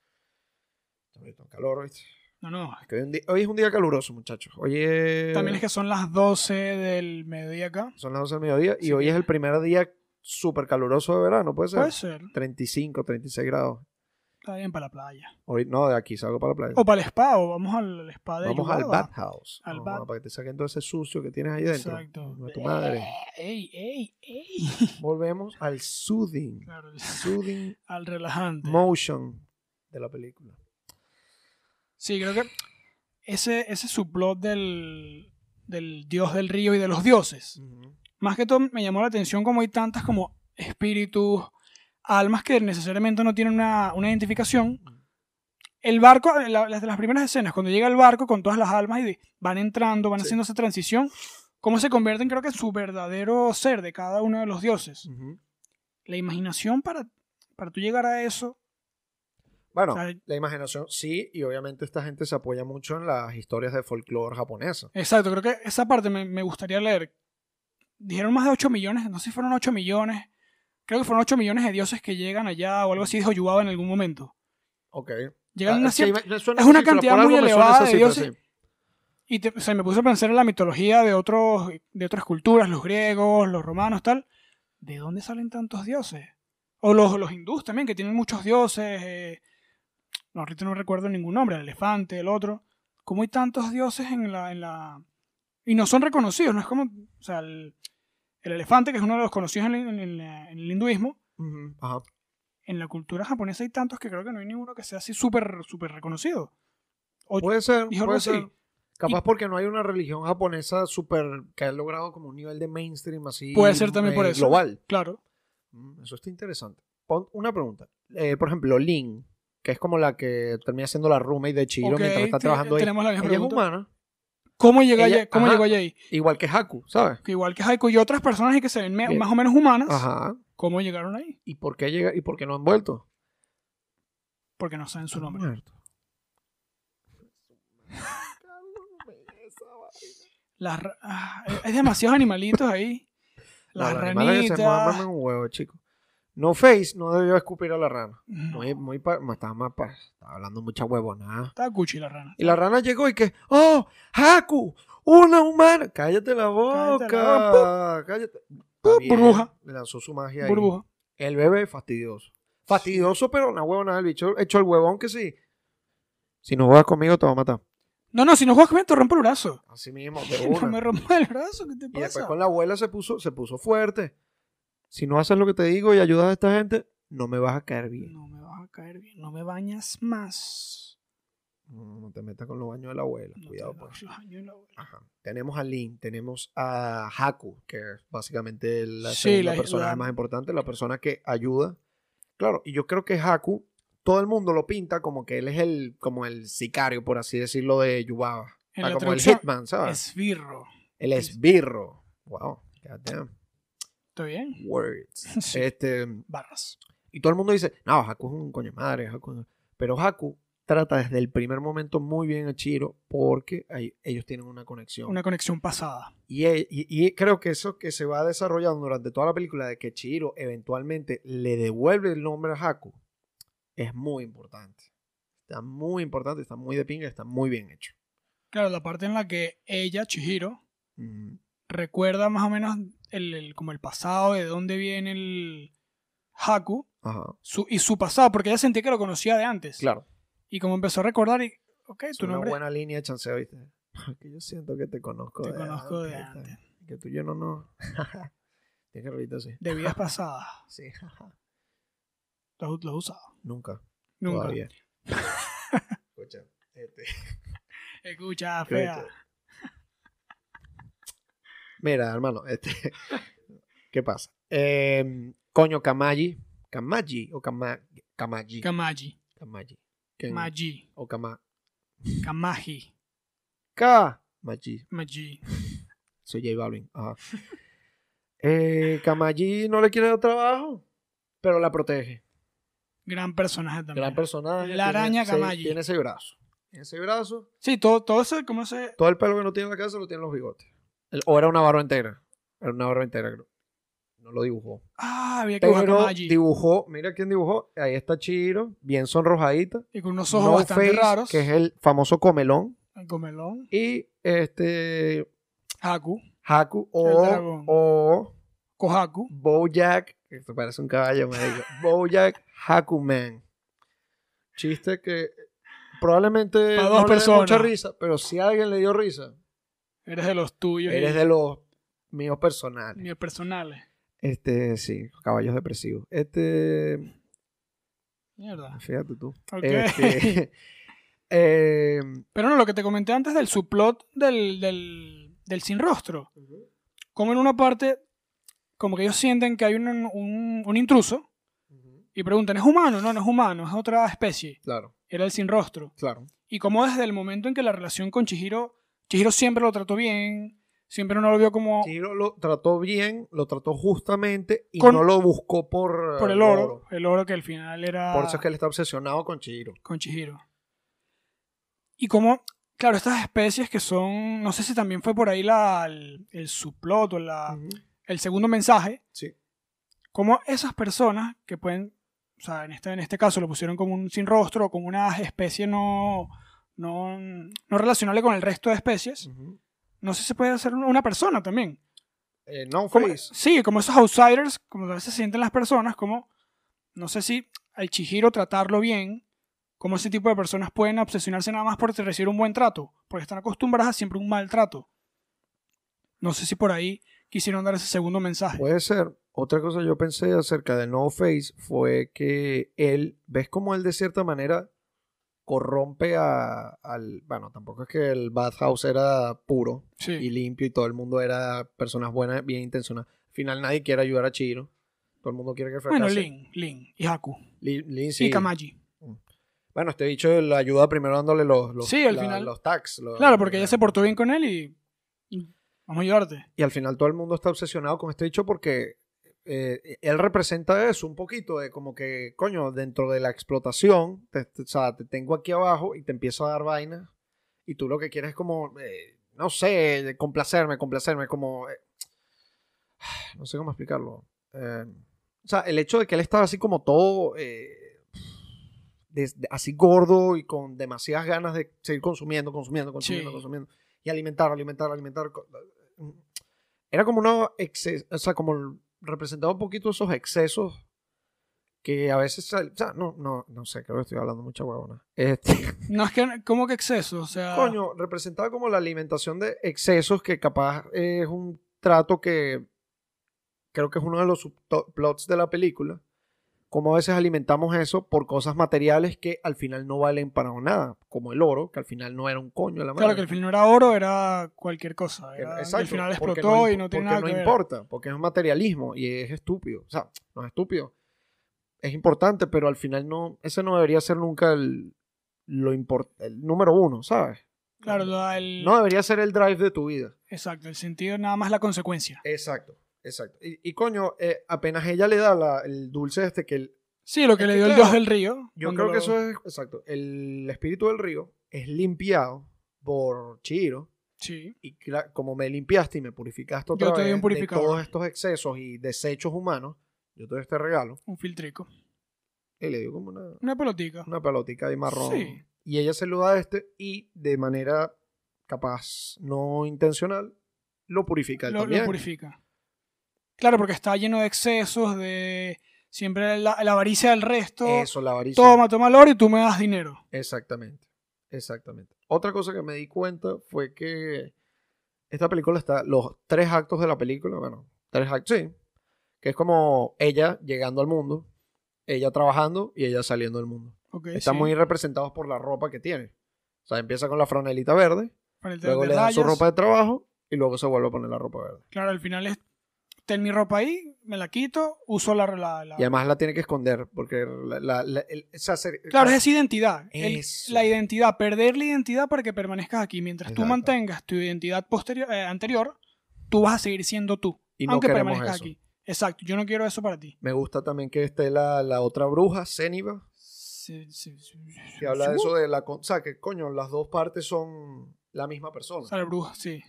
[SPEAKER 2] Ahorita un calor, ¿viste?
[SPEAKER 1] No, no.
[SPEAKER 2] Es que hoy, un di- hoy es un día caluroso, muchachos. Hoy es-
[SPEAKER 1] También es que son las 12 del mediodía acá.
[SPEAKER 2] son las 12 del mediodía y
[SPEAKER 1] Sí.
[SPEAKER 2] hoy es el primer día súper caluroso de verano, puede ser.
[SPEAKER 1] Puede ser.
[SPEAKER 2] 35, 36 grados.
[SPEAKER 1] Está bien para la playa.
[SPEAKER 2] Hoy, no, de aquí salgo para la playa.
[SPEAKER 1] O para el spa, o vamos al spa de
[SPEAKER 2] Vamos al
[SPEAKER 1] Yugaba.
[SPEAKER 2] bathhouse.
[SPEAKER 1] Al
[SPEAKER 2] Vamos,
[SPEAKER 1] bath.
[SPEAKER 2] vamos, para que te saquen todo ese sucio que tienes ahí dentro.
[SPEAKER 1] Exacto. Eh,
[SPEAKER 2] Coño de tu madre.
[SPEAKER 1] Ey, ey, ey.
[SPEAKER 2] Volvemos al soothing.
[SPEAKER 1] Claro,
[SPEAKER 2] Soothing
[SPEAKER 1] al relajante.
[SPEAKER 2] motion de la película.
[SPEAKER 1] Sí, creo que ese, ese subplot del, del dios del río y de los dioses. Más que todo me llamó la atención como hay tantas como espíritus, almas que necesariamente no tienen una, una identificación. El barco, la- las de las primeras escenas, cuando llega el barco con todas las almas y de- van entrando, van
[SPEAKER 2] Sí.
[SPEAKER 1] haciendo esa transición, cómo se convierten creo que en su verdadero ser de cada uno de los dioses. La imaginación para, para tú llegar a eso,
[SPEAKER 2] Bueno,
[SPEAKER 1] Ay.
[SPEAKER 2] la imaginación sí, y obviamente esta gente se apoya mucho en las historias de folclore japonesa.
[SPEAKER 1] Exacto, creo que esa parte me, me gustaría leer. Dijeron más de 8 millones, no sé si fueron 8 millones. Creo que fueron 8 millones de dioses que llegan allá o algo así, dijo Yubaba en algún momento.
[SPEAKER 2] Ok.
[SPEAKER 1] Llegan
[SPEAKER 2] Ah,
[SPEAKER 1] una
[SPEAKER 2] sí,
[SPEAKER 1] cierta-
[SPEAKER 2] me- me suena
[SPEAKER 1] es
[SPEAKER 2] esa
[SPEAKER 1] una
[SPEAKER 2] cifra,
[SPEAKER 1] cantidad
[SPEAKER 2] por algo
[SPEAKER 1] muy
[SPEAKER 2] me suena esa
[SPEAKER 1] elevada de
[SPEAKER 2] cifra,
[SPEAKER 1] dioses. Y te- se me puso a pensar en la mitología de, otros, de otras culturas, los griegos, los romanos, tal. ¿De dónde salen tantos dioses? O los, los hindús también, que tienen muchos dioses. eh, no, ahorita no recuerdo ningún nombre, el elefante, el otro. ¿Cómo hay tantos dioses en la, en la... Y no son reconocidos, no es como... O sea, el, el elefante, que es uno de los conocidos en, el- en la- en el hinduismo,
[SPEAKER 2] Ujú, Ajá.
[SPEAKER 1] en la cultura japonesa hay tantos que creo que no hay ninguno que sea así súper, súper reconocido. O-
[SPEAKER 2] Puede ser,
[SPEAKER 1] dijo algo
[SPEAKER 2] puede ser.
[SPEAKER 1] así.
[SPEAKER 2] Capaz porque no hay una religión japonesa súper que ha logrado como un nivel de mainstream así.
[SPEAKER 1] Puede ser también por
[SPEAKER 2] eh,
[SPEAKER 1] eso.
[SPEAKER 2] Global.
[SPEAKER 1] Claro.
[SPEAKER 2] Mm, Eso está interesante. Pon una pregunta. Eh, por ejemplo, Lin, que es como la que termina siendo la roommate de Chihiro
[SPEAKER 1] Ok,
[SPEAKER 2] mientras está
[SPEAKER 1] te-
[SPEAKER 2] trabajando ahí.
[SPEAKER 1] tenemos la misma
[SPEAKER 2] Ella es
[SPEAKER 1] pregunta.
[SPEAKER 2] humana,
[SPEAKER 1] ¿Cómo, llega
[SPEAKER 2] Ella-
[SPEAKER 1] allá- cómo
[SPEAKER 2] ajá.
[SPEAKER 1] llegó allá ahí?
[SPEAKER 2] igual que Haku, ¿sabes?
[SPEAKER 1] Que igual que Haiku y otras personas y que se ven me-
[SPEAKER 2] Bien.
[SPEAKER 1] más o menos humanas,
[SPEAKER 2] Ajá.
[SPEAKER 1] ¿cómo llegaron ahí?
[SPEAKER 2] ¿Y por qué llega y por qué no han vuelto?
[SPEAKER 1] Porque no saben su
[SPEAKER 2] Han
[SPEAKER 1] nombre.
[SPEAKER 2] muerto.
[SPEAKER 1] Las ra- ah, hay demasiados animalitos ahí. Las
[SPEAKER 2] No, los animales que se maman
[SPEAKER 1] ranitas.
[SPEAKER 2] un huevo, chico. No Face no debió escupir a la rana.
[SPEAKER 1] No,
[SPEAKER 2] Muy, muy pa- estaba, más pa- estaba hablando mucha huevonada.
[SPEAKER 1] Está cuchi la rana.
[SPEAKER 2] Y la rana llegó y que, ¡Oh! ¡Haku! ¡Una humana! ¡Cállate la boca!
[SPEAKER 1] Cállate
[SPEAKER 2] ¡Cállate!
[SPEAKER 1] la
[SPEAKER 2] También
[SPEAKER 1] burbuja.
[SPEAKER 2] Le lanzó su magia ahí.
[SPEAKER 1] burbuja.
[SPEAKER 2] El bebé fastidioso. Fastidioso, pero una huevona del bicho. Hecho el huevón que sí. Si no juegas conmigo, te va a matar.
[SPEAKER 1] No, no, si no juegas conmigo te rompo el brazo.
[SPEAKER 2] Así mismo, de
[SPEAKER 1] No
[SPEAKER 2] una.
[SPEAKER 1] me rompa el brazo, ¿qué te
[SPEAKER 2] Y después
[SPEAKER 1] pasa?
[SPEAKER 2] con la abuela se puso, se puso fuerte. Si no haces lo que te digo y ayudas a esta gente, no me vas a caer bien.
[SPEAKER 1] No me vas a caer bien, no me bañas más.
[SPEAKER 2] No, no te metas con los baños de la abuela.
[SPEAKER 1] No te
[SPEAKER 2] Cuidado,
[SPEAKER 1] lo-
[SPEAKER 2] pues.
[SPEAKER 1] yo no-
[SPEAKER 2] Ajá. Tenemos a Lin, tenemos a Haku, que es básicamente la
[SPEAKER 1] Sí,
[SPEAKER 2] segunda
[SPEAKER 1] la-
[SPEAKER 2] persona
[SPEAKER 1] la-
[SPEAKER 2] más importante, la persona que ayuda. Claro, y yo creo que Haku, todo el mundo lo pinta como que él es el, como el sicario, por así decirlo, de Yubaba.
[SPEAKER 1] En
[SPEAKER 2] O
[SPEAKER 1] la
[SPEAKER 2] sea, ah, como el
[SPEAKER 1] traducción,
[SPEAKER 2] hitman, ¿sabes?
[SPEAKER 1] Esbirro.
[SPEAKER 2] el esbirro. Wow, goddamn.
[SPEAKER 1] ¿Está bien?
[SPEAKER 2] Words.
[SPEAKER 1] Sí.
[SPEAKER 2] Este,
[SPEAKER 1] Barras.
[SPEAKER 2] y todo el mundo dice, no, Haku es un coño de madre. Haku es un-". Pero Haku trata desde el primer momento muy bien a Chiro porque hay- ellos tienen una conexión.
[SPEAKER 1] Una conexión pasada.
[SPEAKER 2] Y, e- y- y creo que eso que se va desarrollando durante toda la película de que Chihiro eventualmente le devuelve el nombre a Haku es muy importante. Está muy importante, está muy de pinga, está muy bien hecho.
[SPEAKER 1] Claro, la parte en la que ella, Chihiro,
[SPEAKER 2] Mm,
[SPEAKER 1] recuerda más o menos el, el- como el pasado, de dónde viene el Haku
[SPEAKER 2] Ajá,
[SPEAKER 1] su- y su pasado, porque ella sentía que lo conocía de antes.
[SPEAKER 2] claro.
[SPEAKER 1] Y como empezó a recordar, y, ok,
[SPEAKER 2] Es
[SPEAKER 1] tu
[SPEAKER 2] una
[SPEAKER 1] nombre.
[SPEAKER 2] buena línea de chanceo, ¿viste? Que yo siento que te conozco
[SPEAKER 1] Te
[SPEAKER 2] de
[SPEAKER 1] conozco de
[SPEAKER 2] ¿viste?
[SPEAKER 1] antes.
[SPEAKER 2] Que tú y yo no nos... Tienes que reírte así.
[SPEAKER 1] De vidas pasadas.
[SPEAKER 2] Sí, jaja.
[SPEAKER 1] Los, los usaba.
[SPEAKER 2] Nunca,
[SPEAKER 1] Nunca.
[SPEAKER 2] todavía. Escucha, este...
[SPEAKER 1] Escucha, fea.
[SPEAKER 2] Escucha. Mira, hermano, este, ¿qué pasa? Em, coño, Kamaji. Kamaji o Kama, Kamaji.
[SPEAKER 1] Kamaji.
[SPEAKER 2] Kamaji. Ken-
[SPEAKER 1] Maji.
[SPEAKER 2] O Kama.
[SPEAKER 1] Kamaji.
[SPEAKER 2] Kamaji.
[SPEAKER 1] Maji.
[SPEAKER 2] Soy J Balvin. Ajá. Eh, Kamaji no le quiere dar trabajo, pero la protege.
[SPEAKER 1] Gran personaje también.
[SPEAKER 2] Gran personaje.
[SPEAKER 1] La araña
[SPEAKER 2] tiene seis-
[SPEAKER 1] Kamaji.
[SPEAKER 2] Tiene ese brazo. Tiene ese brazo.
[SPEAKER 1] sí, todo, todo ese, como ese.
[SPEAKER 2] Todo el pelo que no tiene en la cabeza lo tiene en los bigotes. El- o era una barba entera. Era una barba entera, creo. No lo dibujó.
[SPEAKER 1] Ah, había que buscar
[SPEAKER 2] Pero
[SPEAKER 1] Kamaji.
[SPEAKER 2] dibujó, mira quién dibujó, ahí está Chiro, bien sonrojadita.
[SPEAKER 1] Y con unos ojos
[SPEAKER 2] No
[SPEAKER 1] bastante
[SPEAKER 2] Face,
[SPEAKER 1] raros.
[SPEAKER 2] Que es el famoso comelón.
[SPEAKER 1] El comelón.
[SPEAKER 2] Y este
[SPEAKER 1] Haku.
[SPEAKER 2] Haku
[SPEAKER 1] El dragón.
[SPEAKER 2] o, o
[SPEAKER 1] Kohaku.
[SPEAKER 2] Bojack. Esto parece un caballo, marico. Bojack Hakuman. Chiste que probablemente
[SPEAKER 1] Pa' dos
[SPEAKER 2] no le dé
[SPEAKER 1] personas.
[SPEAKER 2] mucha risa, pero si a alguien le dio risa,
[SPEAKER 1] Eres de los tuyos.
[SPEAKER 2] eres
[SPEAKER 1] y
[SPEAKER 2] de los míos personales.
[SPEAKER 1] míos personales.
[SPEAKER 2] Este, sí, caballos depresivos. Este,
[SPEAKER 1] Mierda.
[SPEAKER 2] fíjate tú.
[SPEAKER 1] Ok.
[SPEAKER 2] Este, eh,
[SPEAKER 1] Pero no, lo que te comenté antes del subplot del, del, del sin rostro. Como en una parte, como que ellos sienten que hay un, un, un intruso y preguntan, ¿es humano? No, no es humano, es otra especie.
[SPEAKER 2] Claro,
[SPEAKER 1] Era el sin rostro.
[SPEAKER 2] claro.
[SPEAKER 1] Y como desde el momento en que la relación con Chihiro, Chihiro siempre lo trató bien, siempre no lo vio como...
[SPEAKER 2] Chiro lo trató bien, lo trató justamente y
[SPEAKER 1] Con-
[SPEAKER 2] no lo buscó por,
[SPEAKER 1] Por el oro, Ah. el oro que al final era...
[SPEAKER 2] Por eso es que él está obsesionado con Chiro.
[SPEAKER 1] con Chihiro. Y como, claro, estas especies que son, no sé si también fue por ahí la, el, el subplot o la,
[SPEAKER 2] Mm.
[SPEAKER 1] el segundo mensaje,
[SPEAKER 2] Sí.
[SPEAKER 1] como esas personas que pueden, o sea, en este, en este caso lo pusieron como un sin rostro o como una especie no, no, no relacionable con el resto de especies, no sé si puede ser una- una persona también.
[SPEAKER 2] Eh, no
[SPEAKER 1] Como-
[SPEAKER 2] face.
[SPEAKER 1] sí, como esos outsiders, como a veces sienten las personas, como, no sé si al Chihiro tratarlo bien, como ese tipo de personas pueden obsesionarse nada más por recibir un buen trato, porque están acostumbradas a siempre un mal trato. No sé si por ahí quisieron dar ese segundo mensaje.
[SPEAKER 2] Puede ser. Otra cosa yo pensé acerca de No Face fue que él, ¿ves cómo él de cierta manera corrompe a, al... Bueno, tampoco es que el Bathhouse era puro
[SPEAKER 1] sí,
[SPEAKER 2] y limpio y todo el mundo era personas buenas, bien intencionadas. Al final nadie quiere ayudar a Chiro. Todo el mundo quiere que fracase.
[SPEAKER 1] bueno, Lin, Lin y Haku
[SPEAKER 2] Lin- Lin, sí.
[SPEAKER 1] y Kamaji.
[SPEAKER 2] Bueno, este bicho la ayuda primero dándole los, los,
[SPEAKER 1] Sí, al
[SPEAKER 2] la-
[SPEAKER 1] final.
[SPEAKER 2] los tags. los-
[SPEAKER 1] Claro, porque ella se portó bien con él y y vamos a ayudarte.
[SPEAKER 2] Y al final todo el mundo está obsesionado con este bicho porque eh, él representa eso un poquito, de como que, coño, dentro de la explotación, te, te- o sea, te tengo aquí abajo y te empiezo a dar vainas y tú lo que quieres es como, eh, no sé, de complacerme, complacerme, como... eh, no sé cómo explicarlo. Eh, o sea, el hecho de que él estaba así como todo... eh, des- de- así gordo y con demasiadas ganas de seguir consumiendo, consumiendo, consumiendo,
[SPEAKER 1] Sí.
[SPEAKER 2] consumiendo. Y alimentar, alimentar, alimentar. co- mm, Era como unos excesos, o sea, como representaba un poquito esos excesos que a veces, sal- o sea, no, no, no sé, creo que estoy hablando mucha huevona. Este,
[SPEAKER 1] No es que, como que exceso, o sea.
[SPEAKER 2] Coño, representaba como la alimentación de excesos que capaz es un trato que creo que es uno de los subplots de la película. Como a veces alimentamos eso por cosas materiales que al final no valen para nada, como el oro, que al final no era un coño de la
[SPEAKER 1] Claro
[SPEAKER 2] madre.
[SPEAKER 1] que el final no era oro, era cualquier cosa.
[SPEAKER 2] Que-
[SPEAKER 1] era- y
[SPEAKER 2] exacto,
[SPEAKER 1] al final
[SPEAKER 2] porque
[SPEAKER 1] explotó y
[SPEAKER 2] imp-
[SPEAKER 1] no tiene
[SPEAKER 2] porque
[SPEAKER 1] nada
[SPEAKER 2] no
[SPEAKER 1] que ver.
[SPEAKER 2] importa, porque es materialismo y es estúpido. O sea, no es estúpido. Es importante, pero al final no, ese no debería ser nunca el, lo import- el número uno, ¿sabes?
[SPEAKER 1] Claro, la- el,
[SPEAKER 2] No debería ser el drive de tu vida.
[SPEAKER 1] exacto, el sentido nada más la consecuencia.
[SPEAKER 2] Exacto, exacto. Y, y coño, eh, apenas ella le da la- el dulce este que el-
[SPEAKER 1] Sí, lo que
[SPEAKER 2] Es
[SPEAKER 1] le
[SPEAKER 2] que
[SPEAKER 1] dio el
[SPEAKER 2] claro,
[SPEAKER 1] dios del río.
[SPEAKER 2] yo
[SPEAKER 1] cuando
[SPEAKER 2] creo que
[SPEAKER 1] lo-
[SPEAKER 2] eso es exacto. El espíritu del río es limpiado por Chihiro
[SPEAKER 1] Sí,
[SPEAKER 2] y cla- como me limpiaste y me purificaste otra
[SPEAKER 1] Yo te doy
[SPEAKER 2] vez
[SPEAKER 1] un
[SPEAKER 2] de
[SPEAKER 1] purificador.
[SPEAKER 2] todos estos excesos y desechos humanos, yo te doy este regalo
[SPEAKER 1] un filtrico.
[SPEAKER 2] y le dio como una,
[SPEAKER 1] Una pelotica.
[SPEAKER 2] una pelotica de marrón
[SPEAKER 1] Sí.
[SPEAKER 2] y ella se lo da a este y de manera capaz no intencional lo purifica él
[SPEAKER 1] Lo, lo
[SPEAKER 2] también.
[SPEAKER 1] purifica. Claro, porque está lleno de excesos, de siempre la, la avaricia del resto.
[SPEAKER 2] Eso, la avaricia.
[SPEAKER 1] Toma, toma el oro y tú me das dinero.
[SPEAKER 2] Exactamente, exactamente. Otra cosa que me di cuenta fue que esta película está, los tres actos de la película, bueno, tres actos, sí, que es como ella llegando al mundo, ella trabajando y ella saliendo del mundo.
[SPEAKER 1] Ok,
[SPEAKER 2] Están
[SPEAKER 1] sí.
[SPEAKER 2] muy representados por la ropa que tiene. O sea, empieza con la franelita verde,
[SPEAKER 1] Para el tema
[SPEAKER 2] luego
[SPEAKER 1] de
[SPEAKER 2] le da su
[SPEAKER 1] rayas.
[SPEAKER 2] ropa de trabajo y luego se vuelve a poner la ropa verde.
[SPEAKER 1] Claro, al final es, ten mi ropa ahí, me la quito, uso la... la- la-
[SPEAKER 2] Y además la tiene que esconder porque la, la- la- el- o sea, se-
[SPEAKER 1] Claro, es esa identidad. el-
[SPEAKER 2] Eso.
[SPEAKER 1] la identidad, perder la identidad para que permanezcas aquí. Mientras tú
[SPEAKER 2] Exacto.
[SPEAKER 1] mantengas tu identidad posterior, eh, anterior, tú vas a seguir siendo tú,
[SPEAKER 2] y no
[SPEAKER 1] aunque
[SPEAKER 2] queremos
[SPEAKER 1] permanezcas
[SPEAKER 2] eso.
[SPEAKER 1] aquí. Exacto, yo no quiero eso para ti.
[SPEAKER 2] Me gusta también que esté la, la otra bruja, Zeniba,
[SPEAKER 1] Sí, sí, sí.
[SPEAKER 2] Que habla de eso de la... con- O sea, que coño, las dos partes son la misma persona.
[SPEAKER 1] O sea, brujas, sí.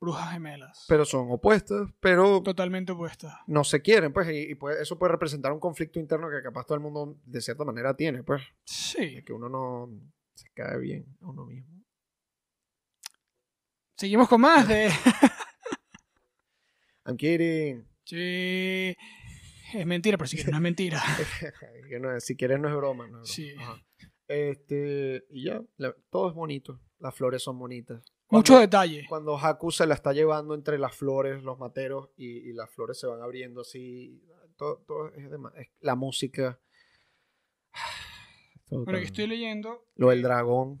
[SPEAKER 1] Brujas gemelas.
[SPEAKER 2] Pero son opuestas, pero
[SPEAKER 1] Totalmente opuestas.
[SPEAKER 2] no se quieren, pues. Y, y puede- eso puede representar un conflicto interno que capaz todo el mundo de cierta manera tiene, pues.
[SPEAKER 1] Sí.
[SPEAKER 2] De que uno no se cae bien a uno mismo.
[SPEAKER 1] Seguimos con más de...
[SPEAKER 2] I'm kidding.
[SPEAKER 1] Sí. Es mentira, pero si quieres, no es mentira.
[SPEAKER 2] Que no es- si quieres no es broma, no es broma.
[SPEAKER 1] Sí.
[SPEAKER 2] Ajá. Este, y ya, la- todo es bonito. Las flores son bonitas.
[SPEAKER 1] Mucho detalle.
[SPEAKER 2] Cuando Haku se la está llevando entre las flores, los materos, y, y las flores se van abriendo así. Todo, todo es de ma- es- la música. Todo
[SPEAKER 1] Bueno,
[SPEAKER 2] tan-
[SPEAKER 1] aquí estoy leyendo.
[SPEAKER 2] Lo del dragón,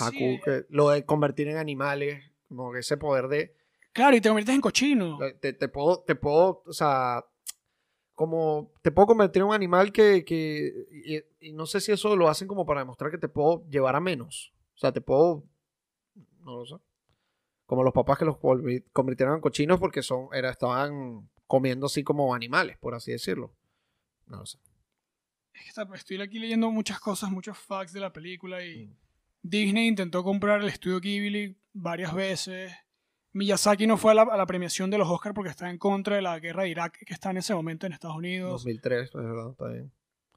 [SPEAKER 2] Haku,
[SPEAKER 1] Sí, eh,
[SPEAKER 2] que- lo de convertir en animales, como que ese poder de.
[SPEAKER 1] Claro, y te conviertes en cochino.
[SPEAKER 2] Eh, Te, te puedo, te puedo, o sea, como te puedo convertir en un animal que. que y, y no sé si eso lo hacen como para demostrar que te puedo llevar a menos. O sea, te puedo. No lo sé. Como los papás que los volvi- convirtieron en cochinos porque son, era, estaban comiendo así como animales, por así decirlo. No lo sé.
[SPEAKER 1] Es que está- estoy aquí leyendo muchas cosas, muchos facts de la película y
[SPEAKER 2] Mm.
[SPEAKER 1] Disney intentó comprar el estudio Ghibli varias veces. Miyazaki no fue a la, a la premiación de los Oscars porque está en contra de la guerra de Irak que está en ese momento en Estados
[SPEAKER 2] Mm,
[SPEAKER 1] Unidos.
[SPEAKER 2] 2003, es pues, verdad, está bien.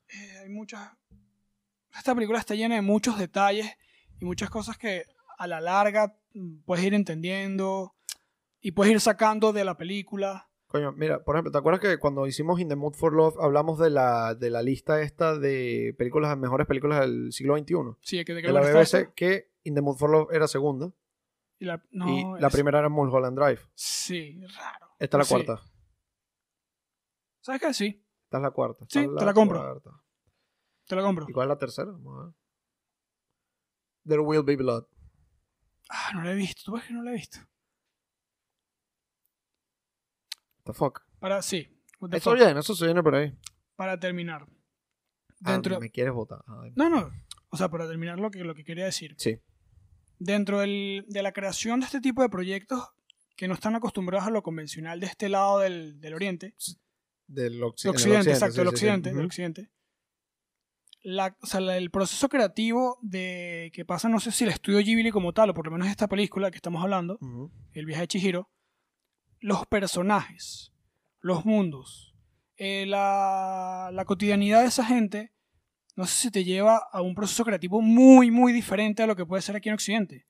[SPEAKER 1] Eh, hay muchas... Esta película está llena de muchos detalles y muchas cosas que a la larga mm, puedes ir entendiendo y puedes ir sacando de la película.
[SPEAKER 2] Coño, mira, por ejemplo, ¿te acuerdas que cuando hicimos In the Mood for Love hablamos de la, de la lista esta de películas, mejores películas del siglo XXI?
[SPEAKER 1] Sí, que de qué
[SPEAKER 2] De la
[SPEAKER 1] hablar está
[SPEAKER 2] BBC,
[SPEAKER 1] esto?
[SPEAKER 2] que In the Mood for Love era segunda
[SPEAKER 1] Y la, no,
[SPEAKER 2] y la
[SPEAKER 1] es-
[SPEAKER 2] primera era Mulholland Drive.
[SPEAKER 1] Sí, raro.
[SPEAKER 2] Esta es la
[SPEAKER 1] Sí.
[SPEAKER 2] cuarta.
[SPEAKER 1] ¿Sabes qué? Sí,
[SPEAKER 2] Esta es la cuarta.
[SPEAKER 1] Sí,
[SPEAKER 2] esta es
[SPEAKER 1] te la compro.
[SPEAKER 2] cuarta.
[SPEAKER 1] te lo compro.
[SPEAKER 2] ¿Y cuál es la tercera? Vamos a ver. There Will Be Blood.
[SPEAKER 1] Ah, no la he visto. ¿Tú ves que no la he visto?
[SPEAKER 2] The fuck.
[SPEAKER 1] Para, sí. what the
[SPEAKER 2] Eso
[SPEAKER 1] fuck,
[SPEAKER 2] viene, eso se viene por ahí.
[SPEAKER 1] Para terminar.
[SPEAKER 2] Ah,
[SPEAKER 1] Dentro.
[SPEAKER 2] me quieres votar. Ay.
[SPEAKER 1] No, no. O sea, para terminar lo que, lo que quería decir.
[SPEAKER 2] Sí.
[SPEAKER 1] Dentro del- de la creación de este tipo de proyectos que no están acostumbrados a lo convencional de este lado del, del oriente,
[SPEAKER 2] Del occ-
[SPEAKER 1] del
[SPEAKER 2] en el
[SPEAKER 1] occidente, exacto,
[SPEAKER 2] sí,
[SPEAKER 1] del
[SPEAKER 2] sí, sí.
[SPEAKER 1] occidente,
[SPEAKER 2] Ujú.
[SPEAKER 1] del occidente. La- o sea, la- el proceso creativo de que pasa, no sé si el estudio Ghibli como tal, o por lo menos esta película que estamos hablando,
[SPEAKER 2] Ujú.
[SPEAKER 1] El viaje de Chihiro, los personajes, los mundos, eh, la, la cotidianidad de esa gente, no sé si te lleva a un proceso creativo muy, muy diferente a lo que puede ser aquí en Occidente.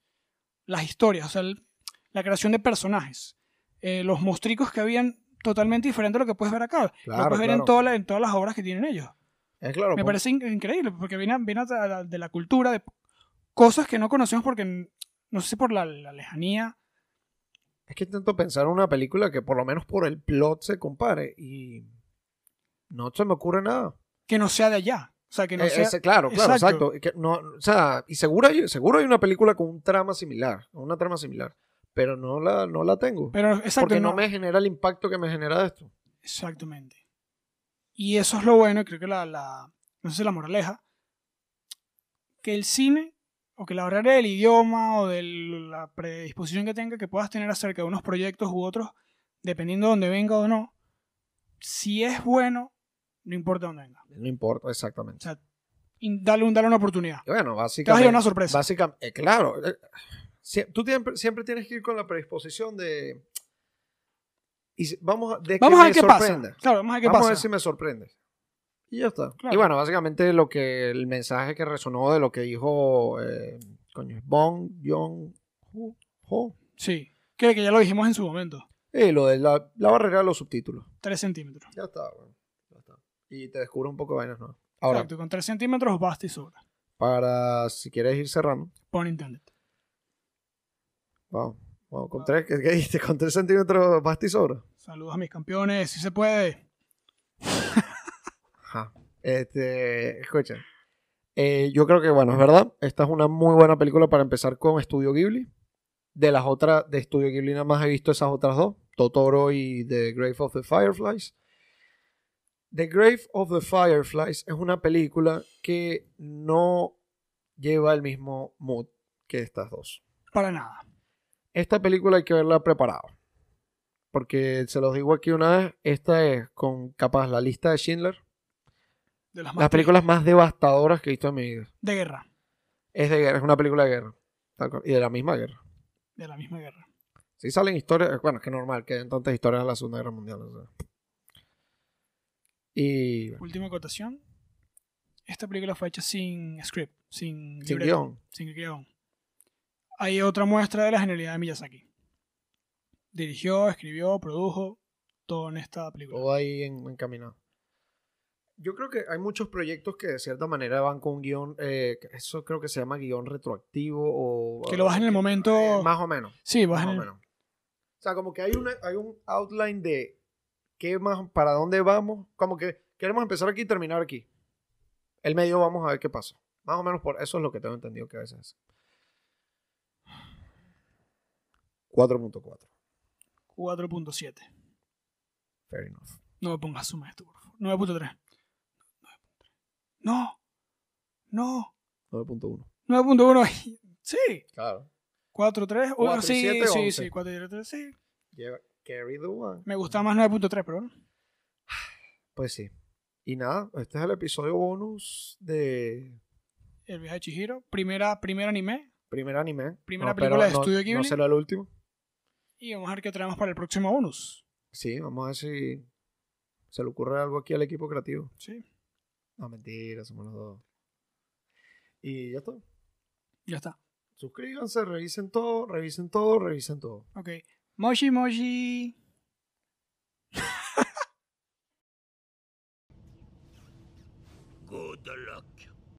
[SPEAKER 1] Las historias, o sea, el- la creación de personajes, eh, los mostricos que habían totalmente diferente a lo que puedes ver acá. lo
[SPEAKER 2] Claro,
[SPEAKER 1] puedes ver
[SPEAKER 2] claro.
[SPEAKER 1] en, todas las- en todas las obras que tienen ellos.
[SPEAKER 2] Es claro.
[SPEAKER 1] Me
[SPEAKER 2] pues,
[SPEAKER 1] parece in- increíble, porque viene, viene hasta la- de la cultura, de cosas que no conocemos porque, n- no sé si por la, la lejanía.
[SPEAKER 2] Es que intento pensar en una película que por lo menos por el plot se compare y no se me ocurre nada.
[SPEAKER 1] que no sea de allá. O sea, que no
[SPEAKER 2] Eh,
[SPEAKER 1] sea.
[SPEAKER 2] ese- claro, claro,
[SPEAKER 1] exacto.
[SPEAKER 2] exacto. Que no, o sea, y seguro hay, seguro hay una película con un trama similar, con una trama similar, pero no la, no la tengo.
[SPEAKER 1] Pero exacto.
[SPEAKER 2] porque no,
[SPEAKER 1] no-
[SPEAKER 2] me genera el impacto que me genera esto.
[SPEAKER 1] Exactamente. Y eso es lo bueno, y creo que la, la. No sé si la moraleja. Que el cine, o que la barrera del idioma, o de la predisposición que tenga que puedas tener acerca de unos proyectos u otros, dependiendo de dónde venga o no, si es bueno, no importa dónde venga.
[SPEAKER 2] No importa,
[SPEAKER 1] O
[SPEAKER 2] exactamente.
[SPEAKER 1] sea, in- dale, un, dale una oportunidad.
[SPEAKER 2] Y bueno,
[SPEAKER 1] Te vas a
[SPEAKER 2] básicamente.
[SPEAKER 1] llevar una sorpresa.
[SPEAKER 2] Básicamente, eh, claro. eh, sie- tú siempre, siempre tienes que ir con la predisposición de. Y si- vamos a, de que
[SPEAKER 1] Vamos a
[SPEAKER 2] me
[SPEAKER 1] ver qué
[SPEAKER 2] sorprenda.
[SPEAKER 1] pasa. Claro, vamos a ver qué
[SPEAKER 2] vamos
[SPEAKER 1] pasa.
[SPEAKER 2] a ver si me sorprende. Y ya está.
[SPEAKER 1] Claro.
[SPEAKER 2] Y bueno, básicamente lo que el mensaje que resonó de lo que dijo eh, coño, es Bong Joon Ho, Ho.
[SPEAKER 1] Sí. Creo que ya lo dijimos en su momento.
[SPEAKER 2] Eh, lo de la, la barrera de los subtítulos.
[SPEAKER 1] Tres centímetros.
[SPEAKER 2] Ya está, bueno. Ya está. Y te descubro un poco de vainas nuevas. Ahora,
[SPEAKER 1] Exacto, con tres centímetros basta y sobra.
[SPEAKER 2] para si quieres ir cerrando.
[SPEAKER 1] Por internet.
[SPEAKER 2] Wow. wow,
[SPEAKER 1] Ah.
[SPEAKER 2] con tres, ¿qué, qué dijiste? Con tres centímetros basta y sobra.
[SPEAKER 1] Saludos a mis campeones, si se puede.
[SPEAKER 2] Ajá. Este, escucha. Eh, yo creo que, bueno, es verdad. Esta es una muy buena película para empezar con Estudio Ghibli. De las otras, de Estudio Ghibli nada más he visto esas otras dos. Totoro y The Grave of the Fireflies. The Grave of the Fireflies es una película que no lleva el mismo mood que estas dos
[SPEAKER 1] Para nada.
[SPEAKER 2] esta película hay que verla preparado. Porque se los digo aquí una vez, esta es con capaz la lista de Schindler,
[SPEAKER 1] De las, más
[SPEAKER 2] las películas más devastadoras que he visto en mi vida.
[SPEAKER 1] De guerra.
[SPEAKER 2] Es de guerra, es una película de guerra. tal cual, Y de la misma guerra.
[SPEAKER 1] De la misma guerra.
[SPEAKER 2] Si salen historias, bueno, es que normal que hayan tantas historias de la Segunda Guerra Mundial. o sea. Y bueno,
[SPEAKER 1] Última acotación. Esta película fue hecha sin script, sin,
[SPEAKER 2] sin
[SPEAKER 1] libreto,
[SPEAKER 2] guión.
[SPEAKER 1] sin guión. Hay otra muestra de la genialidad de Miyazaki. Dirigió, escribió, produjo todo en esta película.
[SPEAKER 2] Todo ahí en- encaminado. Yo creo que hay muchos proyectos que de cierta manera van con guión, eh, que eso creo que se llama guión retroactivo o...
[SPEAKER 1] Que lo vas en el momento-
[SPEAKER 2] eh, más o menos.
[SPEAKER 1] sí, vas
[SPEAKER 2] Más
[SPEAKER 1] en
[SPEAKER 2] o
[SPEAKER 1] el-
[SPEAKER 2] menos. O sea, como que hay, una, hay un outline de qué más, para dónde vamos. Como que queremos empezar aquí y terminar aquí. El medio vamos a ver qué pasa. Más o menos por eso es lo que tengo entendido que a veces es. 4.4.
[SPEAKER 1] 4.7.
[SPEAKER 2] Fair enough.
[SPEAKER 1] No me pongas suma esto, por favor. 9.3. No. No.
[SPEAKER 2] 9.1.
[SPEAKER 1] 9.1. Sí.
[SPEAKER 2] Claro.
[SPEAKER 1] 4.3.
[SPEAKER 2] Cuatro y
[SPEAKER 1] sí,
[SPEAKER 2] siete,
[SPEAKER 1] sí,
[SPEAKER 2] once.
[SPEAKER 1] sí. 4.3. Sí.
[SPEAKER 2] Lleva carry the one.
[SPEAKER 1] Me gusta más 9.3, pero bueno.
[SPEAKER 2] Pues sí. Y nada, este es el episodio bonus de
[SPEAKER 1] El viaje de Chihiro. Primera, primer anime.
[SPEAKER 2] primer anime.
[SPEAKER 1] Primera
[SPEAKER 2] pero
[SPEAKER 1] película de
[SPEAKER 2] no-
[SPEAKER 1] Studio
[SPEAKER 2] No
[SPEAKER 1] Ghibli.
[SPEAKER 2] será el último.
[SPEAKER 1] Y vamos a ver qué traemos para el próximo bonus.
[SPEAKER 2] Sí, vamos a ver si se le ocurre algo aquí al equipo creativo.
[SPEAKER 1] Sí,
[SPEAKER 2] No, mentira, somos los dos. Y ya está.
[SPEAKER 1] ya está.
[SPEAKER 2] Suscríbanse, revisen todo, revisen todo, revisen todo.
[SPEAKER 1] Ok. Moshi, moshi.